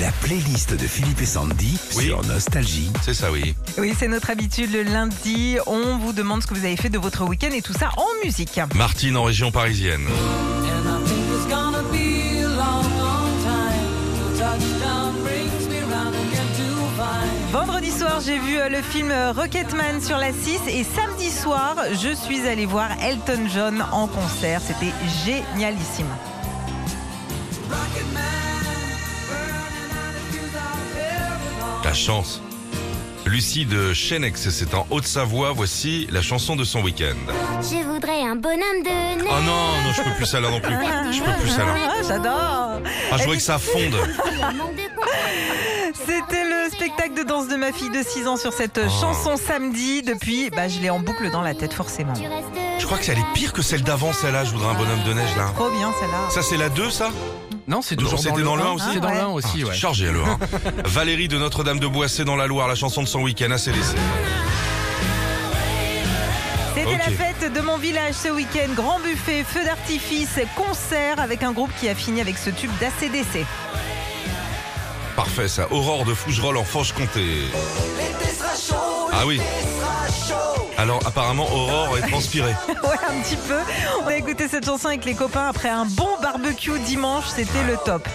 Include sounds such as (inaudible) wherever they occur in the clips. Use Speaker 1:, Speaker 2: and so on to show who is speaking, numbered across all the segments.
Speaker 1: La playlist de Philippe et Sandy
Speaker 2: Oui.
Speaker 1: sur Nostalgie.
Speaker 2: C'est ça, oui.
Speaker 3: Oui, c'est notre habitude. Le lundi, on vous demande ce que vous avez fait de votre week-end et tout ça en musique.
Speaker 2: Martine en région parisienne.
Speaker 4: And I think it's gonna be a long, long time. Till touchdown brings me round again to find.
Speaker 3: Vendredi soir, j'ai vu euh, le film euh, Rocketman sur la 6 et samedi soir, je suis allée voir Elton John en concert. C'était génialissime.
Speaker 4: Rocket Man, burning out of fuse out of everyone.
Speaker 2: La chance. Lucie de Chenex, c'est en Haute-Savoie. Voici la chanson de son week-end.
Speaker 5: Je voudrais un bonhomme de
Speaker 2: Oh
Speaker 5: neige.
Speaker 2: non, non, je peux plus ça là non plus. Je peux plus ça là.
Speaker 3: Ah, J'adore
Speaker 2: Ah, je vois que ça fonde.
Speaker 5: Manque de comprendre.
Speaker 3: C'était le spectacle de danse de ma fille de 6 ans sur cette euh,
Speaker 2: Oh.
Speaker 3: chanson samedi. Depuis, bah, je l'ai en boucle dans la tête forcément.
Speaker 5: Tu restes
Speaker 2: Je crois que c'est- elle est pire que celle d'avant, celle-là. Je voudrais un bonhomme de neige là.
Speaker 3: Trop bien celle-là.
Speaker 2: Ça, c'est la 2, ça
Speaker 6: Non, c'est
Speaker 2: Non,
Speaker 6: toujours
Speaker 2: c'était dans
Speaker 6: dans, le
Speaker 2: le
Speaker 6: 1
Speaker 2: un aussi
Speaker 6: C'est dans
Speaker 3: Ouais.
Speaker 6: le 1 aussi,
Speaker 2: Ah,
Speaker 6: ouais.
Speaker 2: Chargé alors.
Speaker 6: (laughs)
Speaker 2: hein. Valérie de Notre-Dame-de-Boissé dans la Loire, la chanson de son week-end Ah, à CDC.
Speaker 3: C'était
Speaker 2: Ok.
Speaker 3: la fête de mon village ce week-end. Grand buffet, feu d'artifice, concert avec un groupe qui a fini avec ce tube d'ACDC.
Speaker 2: Parfait, ça. Aurore de Fougerolles en Franche-Comté. Ah oui. Alors, apparemment, Aurore est transpirée.
Speaker 3: (laughs) Ouais, un petit peu. On a écouté cette chanson avec les copains après un bon barbecue dimanche. C'était le top.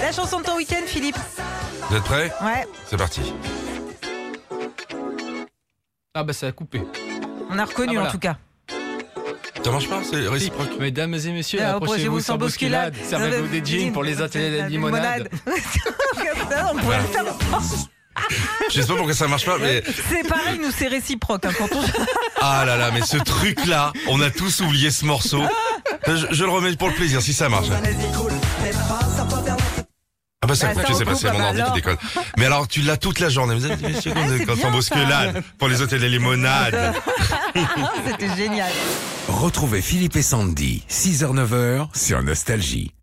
Speaker 3: La chanson de ton week-end, Philippe
Speaker 2: Vous êtes prêts
Speaker 3: Ouais,
Speaker 2: C'est parti.
Speaker 6: Ah bah ça a coupé.
Speaker 3: on a reconnu
Speaker 6: Ah, voilà.
Speaker 3: en tout cas.
Speaker 2: Ça marche pas C'est réciproque.
Speaker 6: Mesdames et messieurs,
Speaker 3: Euh,
Speaker 6: approchez-vous sans bousculade. Servez-vous des jeans pour les atteler à
Speaker 3: (laughs)
Speaker 6: la limonade.
Speaker 3: Comme ça, on pourrait le faire.
Speaker 2: Je sais pas pourquoi ça marche pas, mais.
Speaker 3: C'est pareil, nous, c'est réciproque. hein, quand on...
Speaker 2: Ah là là, mais ce truc-là, on a tous oublié ce morceau. Je, je le remets pour le plaisir, si ça marche. Ah bah ça,
Speaker 3: Bah, ça
Speaker 2: je sais pas,
Speaker 3: recoupe,
Speaker 2: c'est mon
Speaker 3: bah
Speaker 2: ordi qui
Speaker 3: alors.
Speaker 2: déconne. Mais alors, tu l'as toute la journée. Vous êtes messieurs,
Speaker 3: Ah, c'est
Speaker 2: quand
Speaker 3: bien,
Speaker 2: on
Speaker 3: ça.
Speaker 2: bousculade pour les hôtels et limonades.
Speaker 3: Ah, C'était génial.
Speaker 1: Retrouvez Philippe et Sandy, 6h-9h sur Nostalgie.